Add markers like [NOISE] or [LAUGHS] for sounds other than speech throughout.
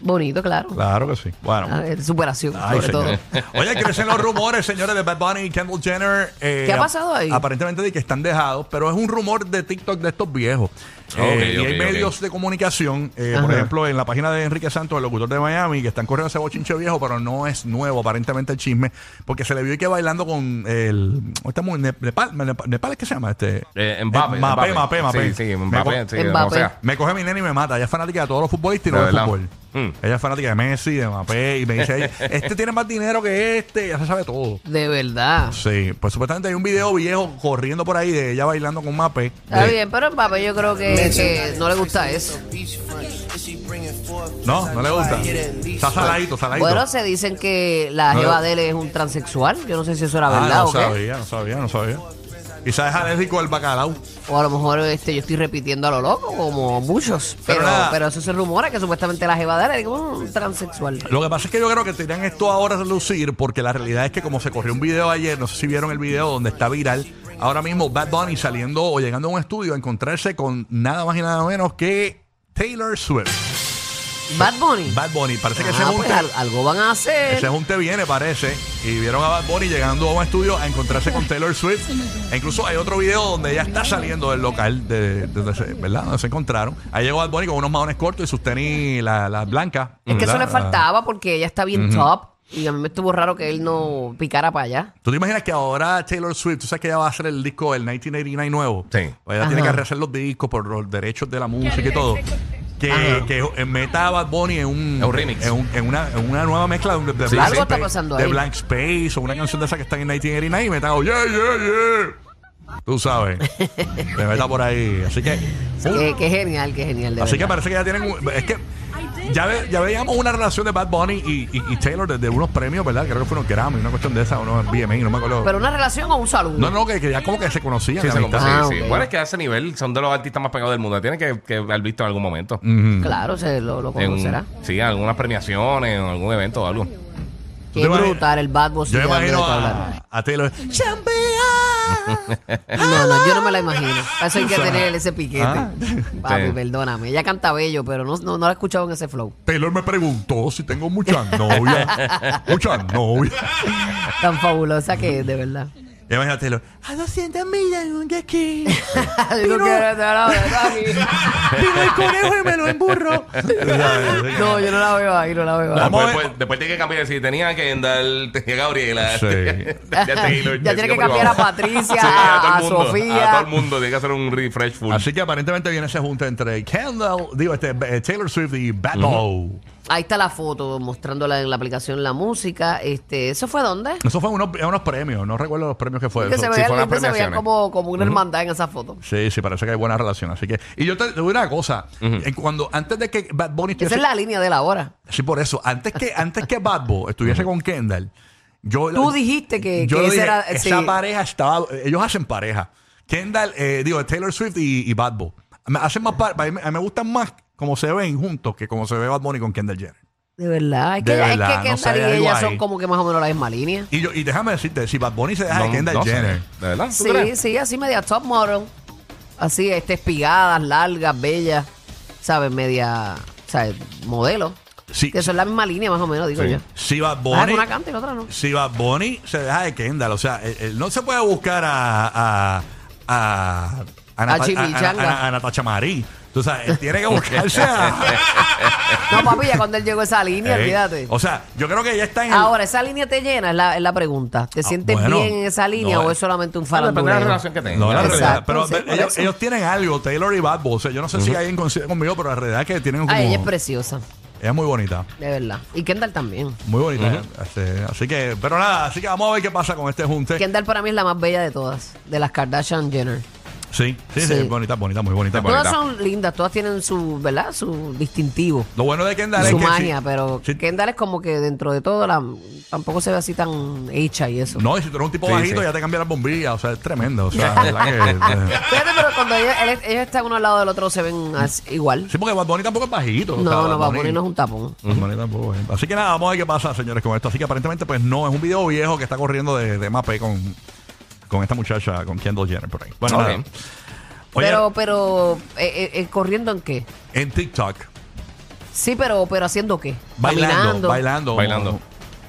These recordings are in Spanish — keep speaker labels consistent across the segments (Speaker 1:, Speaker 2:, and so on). Speaker 1: Bonito, claro.
Speaker 2: Claro que sí. Bueno.
Speaker 1: Ah, eh, Superación,
Speaker 2: Ay,
Speaker 1: sobre todo.
Speaker 2: señor. Oye, crecen los rumores, señores, de Bad Bunny y Kendall Jenner. eh,
Speaker 1: ¿Qué ha pasado ahí?
Speaker 2: Aparentemente de que están dejados, pero es un rumor de TikTok de estos viejos. Eh,
Speaker 3: ok,
Speaker 2: y hay
Speaker 3: ok.
Speaker 2: medios de comunicación, eh, por
Speaker 1: Ajá.
Speaker 2: ejemplo, en la página de Enrique Santos, el locutor de Miami, que están corriendo ese bochinche viejo, pero no es nuevo, aparentemente el chisme, porque se le vio que bailando con el. Estamos en Nepal, Nepal, Nepal, ¿es que se llama este?
Speaker 3: Eh,
Speaker 2: Mbappé,
Speaker 3: Mbappé, Mbappé.
Speaker 2: Mbappé, Mbappé.
Speaker 3: Sí, sí,
Speaker 2: Me
Speaker 3: Mbappé,
Speaker 2: co-
Speaker 3: sí,
Speaker 1: Mbappé.
Speaker 3: o sea.
Speaker 2: me coge mi nena y me mata. Ella es fanática de todos los futbolistas y no
Speaker 3: De
Speaker 2: del
Speaker 3: verdad.
Speaker 2: fútbol.
Speaker 3: Mm.
Speaker 2: Ella es fanática de Messi, de Mbappé y me dice, ella, este tiene más dinero que este, ya se sabe todo.
Speaker 1: De verdad.
Speaker 2: Sí, pues supuestamente hay un video viejo corriendo por ahí de ella bailando con Mbappé.
Speaker 1: Está
Speaker 2: Sí.
Speaker 1: bien, pero el papá yo creo que, que no le gusta eso.
Speaker 2: No, no le gusta. Está saladito, saladito.
Speaker 1: Bueno, se dicen que la
Speaker 2: No.
Speaker 1: jeva de él es un transexual. Yo no sé si eso era
Speaker 2: Ah,
Speaker 1: verdad
Speaker 2: no
Speaker 1: o qué.
Speaker 2: sabía, no sabía, no sabía. Quizás es alérgico al bacalao.
Speaker 1: O a lo mejor este, yo estoy repitiendo a lo loco, como muchos.
Speaker 2: Pero
Speaker 1: Pero,
Speaker 2: nada.
Speaker 1: pero, eso se rumora que supuestamente la jeva de él es como un transexual.
Speaker 2: Lo que pasa es que yo creo que tiran esto ahora a lucir porque la realidad es que como se corrió un video ayer, no sé si vieron el video donde está viral, ahora mismo Bad Bunny saliendo o llegando a un estudio a encontrarse con nada más y nada menos que Taylor Swift.
Speaker 1: Bad Bunny.
Speaker 2: Bad Bunny, parece que
Speaker 1: Ah,
Speaker 2: se
Speaker 1: pues,
Speaker 2: junta.
Speaker 1: al- algo van a hacer.
Speaker 2: Ese junte viene, parece. Y vieron a Bad Bunny llegando a un estudio a encontrarse con Taylor Swift. E incluso hay otro video donde ella está saliendo del local, de, de- donde se- ¿verdad? Donde se encontraron. Ahí llegó Bad Bunny con unos maones cortos y sus tenis, las las blancas.
Speaker 1: Es que eso
Speaker 2: ¿verdad?
Speaker 1: le faltaba porque ella está bien top. Y a mí me estuvo raro que él no picara para allá.
Speaker 2: ¿Tú te imaginas que ahora Taylor Swift, tú sabes que ella va a hacer el disco del 1989 nuevo?
Speaker 3: Sí.
Speaker 2: Pues ella tiene que
Speaker 1: Ajá.
Speaker 2: rehacer los discos por los derechos de la música y todo. Que, que meta a Bad Bunny en un,
Speaker 3: En un remix.
Speaker 2: En, un- en una, en una nueva mezcla de, de Blank
Speaker 3: Sí, sí.
Speaker 1: está
Speaker 3: Algo
Speaker 2: Space-
Speaker 1: pasando
Speaker 2: de
Speaker 1: ahí.
Speaker 2: Blank Space o una canción de esas que están en 1989 y meta oh, yeah, yeah, yeah. Tú sabes. Te meta por ahí. Así que.
Speaker 1: Qué, qué genial, qué genial. de
Speaker 2: Uh. Así que
Speaker 1: verdad.
Speaker 2: parece que ya tienen. un- Es que ya, ve- ya veíamos una relación de Bad Bunny y, y- y Taylor desde unos premios, ¿verdad? Creo que fueron Grammy, una cuestión de esa, unos BMI, no me acuerdo.
Speaker 1: Pero una relación o un saludo.
Speaker 2: No, no, que, que ya como que se conocían.
Speaker 3: Sí,
Speaker 2: de
Speaker 3: se
Speaker 2: amistad.
Speaker 3: compone,
Speaker 1: Ah,
Speaker 3: sí, sí.
Speaker 1: ok.
Speaker 3: Bueno, es que a ese nivel son de los artistas más pegados del mundo. Tienen que, que haber visto en algún momento.
Speaker 2: Mm.
Speaker 1: Mm. Claro, se lo, lo
Speaker 3: En-
Speaker 1: conocerá.
Speaker 3: sí, en algunas premiaciones, en algún evento o algo.
Speaker 2: ¿Tú
Speaker 1: Qué
Speaker 2: te imaginas?
Speaker 1: brutal el Bad Bunny.
Speaker 2: Yo me imagino [LAUGHS]
Speaker 1: hablar.
Speaker 2: a, a Taylor.
Speaker 1: No, no, yo no me la imagino. Para Eso hay que
Speaker 2: O sea,
Speaker 1: tener ese piquete.
Speaker 2: ah.
Speaker 1: Papi,
Speaker 3: Sí.
Speaker 1: perdóname. Ella canta bello, pero no, no, no la he escuchado en ese flow.
Speaker 2: Taylor me preguntó si tengo muchas [LAUGHS] novias. muchas novias.
Speaker 1: Tan fabulosa que es, de
Speaker 2: [LAUGHS]
Speaker 1: verdad.
Speaker 2: Y imagina a Taylor. A 200 millas de aquí.
Speaker 1: Yo no quiero estar ahora aquí.
Speaker 2: Vino el conejo y me lo [LAUGHS] emburro.
Speaker 1: [LAUGHS] No, yo no la veo ahí, no la veo ahí.
Speaker 2: Vamos a ver.
Speaker 3: Después, después, después tiene que cambiar. Si tenía que andar, [LAUGHS] tenía Gabriela. [LAUGHS]
Speaker 1: [LAUGHS]
Speaker 2: Sí.
Speaker 3: tenía Taylor,
Speaker 1: Ya tiene que cambiar a Patricia,
Speaker 3: todo
Speaker 1: a-
Speaker 3: el mundo,
Speaker 1: a Sofía.
Speaker 3: A todo el mundo tiene que hacer un refresh full.
Speaker 2: Así que aparentemente viene ese junta entre Kendall, digo, este, eh, Taylor Swift y Bad Bunny.
Speaker 1: Ahí está la foto mostrándola en la aplicación la música. Este, ¿Eso fue dónde?
Speaker 2: Eso fue unos, eh, unos premios, no recuerdo los premios que fue. ¿eh?
Speaker 1: Que
Speaker 2: Eso-
Speaker 1: se
Speaker 3: sí,
Speaker 1: veía,
Speaker 3: fue las
Speaker 1: se veía
Speaker 3: premiaciones.
Speaker 1: como, como una hermandad en esa foto.
Speaker 2: Sí, sí, parece que hay buena relación. Así que, y yo te, te digo una cosa, eh, cuando antes de que Bad Bunny
Speaker 1: Esa
Speaker 2: estuviese,
Speaker 1: es la línea de la hora.
Speaker 2: sí, por eso, antes que antes que Bad Bunny estuviese con Kendall, yo
Speaker 1: Tú dijiste que-
Speaker 2: yo
Speaker 1: que
Speaker 2: le
Speaker 1: ese
Speaker 2: dije,
Speaker 1: era-
Speaker 2: esa
Speaker 1: sí.
Speaker 2: pareja estaba, ellos hacen pareja. Kendall, eh, digo, Taylor Swift y, y Bad Bunny Me hacen más, par- a mí, me- a mí me gustan más como se ven juntos que como se ve Bad Bunny con Kendall Jenner.
Speaker 1: De verdad. Es que,
Speaker 2: De
Speaker 1: ella-
Speaker 2: verdad,
Speaker 1: es
Speaker 2: no
Speaker 1: que Kendall
Speaker 2: sé, hay
Speaker 1: y
Speaker 2: algo
Speaker 1: ella son
Speaker 2: ahí.
Speaker 1: como que más o menos la misma línea.
Speaker 2: Y yo y déjame decirte, si Bad Bunny se deja de Kendall
Speaker 3: no sé.
Speaker 2: Jenner,
Speaker 3: ¿De verdad? ¿Tú
Speaker 1: Sí,
Speaker 3: crees?
Speaker 1: sí, así media top model. Así, este, espigadas, largas, bellas. ¿Sabes? Media, ¿sabes? Modelo.
Speaker 2: Sí.
Speaker 1: Que son la misma línea, más o menos, digo
Speaker 3: Sí.
Speaker 1: yo.
Speaker 2: si Bad
Speaker 1: Ah, que
Speaker 2: Bunny
Speaker 1: una canta y la otra no.
Speaker 2: Si Bad Bunny se deja de Kendall, o sea, él, él no se puede buscar a. a. a. a,
Speaker 1: Chimichanga.
Speaker 2: a- a- a Natacha Marí. Tú sabes, él tiene que buscarse a...
Speaker 1: [LAUGHS] No, papi, ya cuando él llegó a esa
Speaker 2: [LAUGHS]
Speaker 1: línea,
Speaker 2: Ey,
Speaker 1: olvídate.
Speaker 2: Eh, O sea, yo creo que ella está en el...
Speaker 1: Ahora, ¿esa línea te llena? Es la, es la pregunta. ¿Te
Speaker 2: Ah,
Speaker 1: sientes
Speaker 2: bueno.
Speaker 1: bien en esa línea
Speaker 2: No,
Speaker 1: o
Speaker 2: eh.
Speaker 1: es solamente un
Speaker 3: Ah, Depende de la
Speaker 1: faranduleo?
Speaker 3: relación que tengas.
Speaker 2: No, la
Speaker 1: Exacto,
Speaker 2: realidad. Pero
Speaker 1: sí,
Speaker 2: ve-
Speaker 1: por
Speaker 2: ellos,
Speaker 1: eso.
Speaker 2: ellos tienen algo, Taylor y Bad Bunny. O sea, yo no sé si alguien coincide conmigo, pero la realidad es que tienen como...
Speaker 1: Ay, ella es preciosa,
Speaker 2: ella es muy bonita.
Speaker 1: de verdad. Y Kendall también.
Speaker 2: Muy bonita. Este, así que, pero nada, así que vamos a ver qué pasa con este
Speaker 1: [LAUGHS]
Speaker 2: junte.
Speaker 1: Kendall para mí es la más bella de todas, de las Kardashian Jenner.
Speaker 2: Sí, sí, sí,
Speaker 1: Sí.
Speaker 2: bonita, bonita, muy bonita.
Speaker 3: Bonita.
Speaker 1: Todas son lindas, todas tienen su, ¿verdad? Su distintivo.
Speaker 2: Lo bueno de Kendall es
Speaker 1: su
Speaker 2: que
Speaker 1: magia,
Speaker 2: si-
Speaker 1: pero
Speaker 2: si-
Speaker 1: Kendall es como que dentro de todo la, tampoco se ve así tan hecha y eso.
Speaker 2: no, y si tú eres un tipo
Speaker 3: Sí,
Speaker 2: bajito
Speaker 3: sí.
Speaker 2: ya te cambia la bombilla, o sea, es tremendo,
Speaker 1: [LAUGHS]
Speaker 2: o sea, la verdad que- eh,
Speaker 1: Fíjate, pero cuando ellos, él- ellos están uno al lado del otro se ven as- igual.
Speaker 2: Sí, porque Bad Bunny tampoco es bajito. o sea,
Speaker 1: No, no, va a
Speaker 2: Bunny-
Speaker 1: ponernos un tapón.
Speaker 2: Bad Bunny tampoco es- Así que nada, vamos a ver qué pasa, señores, con esto. Así que aparentemente, pues no, es un video viejo que está corriendo de, de MAPE con, con esta muchacha, con Kendall Jenner por ahí. Bueno,
Speaker 3: Ok.
Speaker 2: nada. Oye,
Speaker 1: pero, pero, eh, eh, eh, ¿corriendo en qué?
Speaker 2: en TikTok,
Speaker 1: Sí, pero, pero ¿haciendo qué?
Speaker 2: bailando,
Speaker 1: Caminando.
Speaker 2: bailando,
Speaker 3: Bailando.
Speaker 2: como-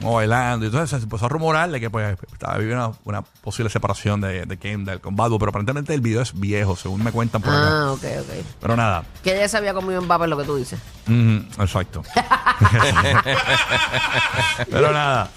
Speaker 2: como bailando. Entonces se empezó a rumorarle que pues estaba viviendo una, una posible separación de, de Kendall con Bad Bunny, pero aparentemente el video es viejo, según me cuentan por acá.
Speaker 1: Ah, ok, ok.
Speaker 2: Pero nada,
Speaker 1: Que ella se había comido en papel lo que tú dices.
Speaker 2: Ujú, exacto. [LAUGHS] Pero nada.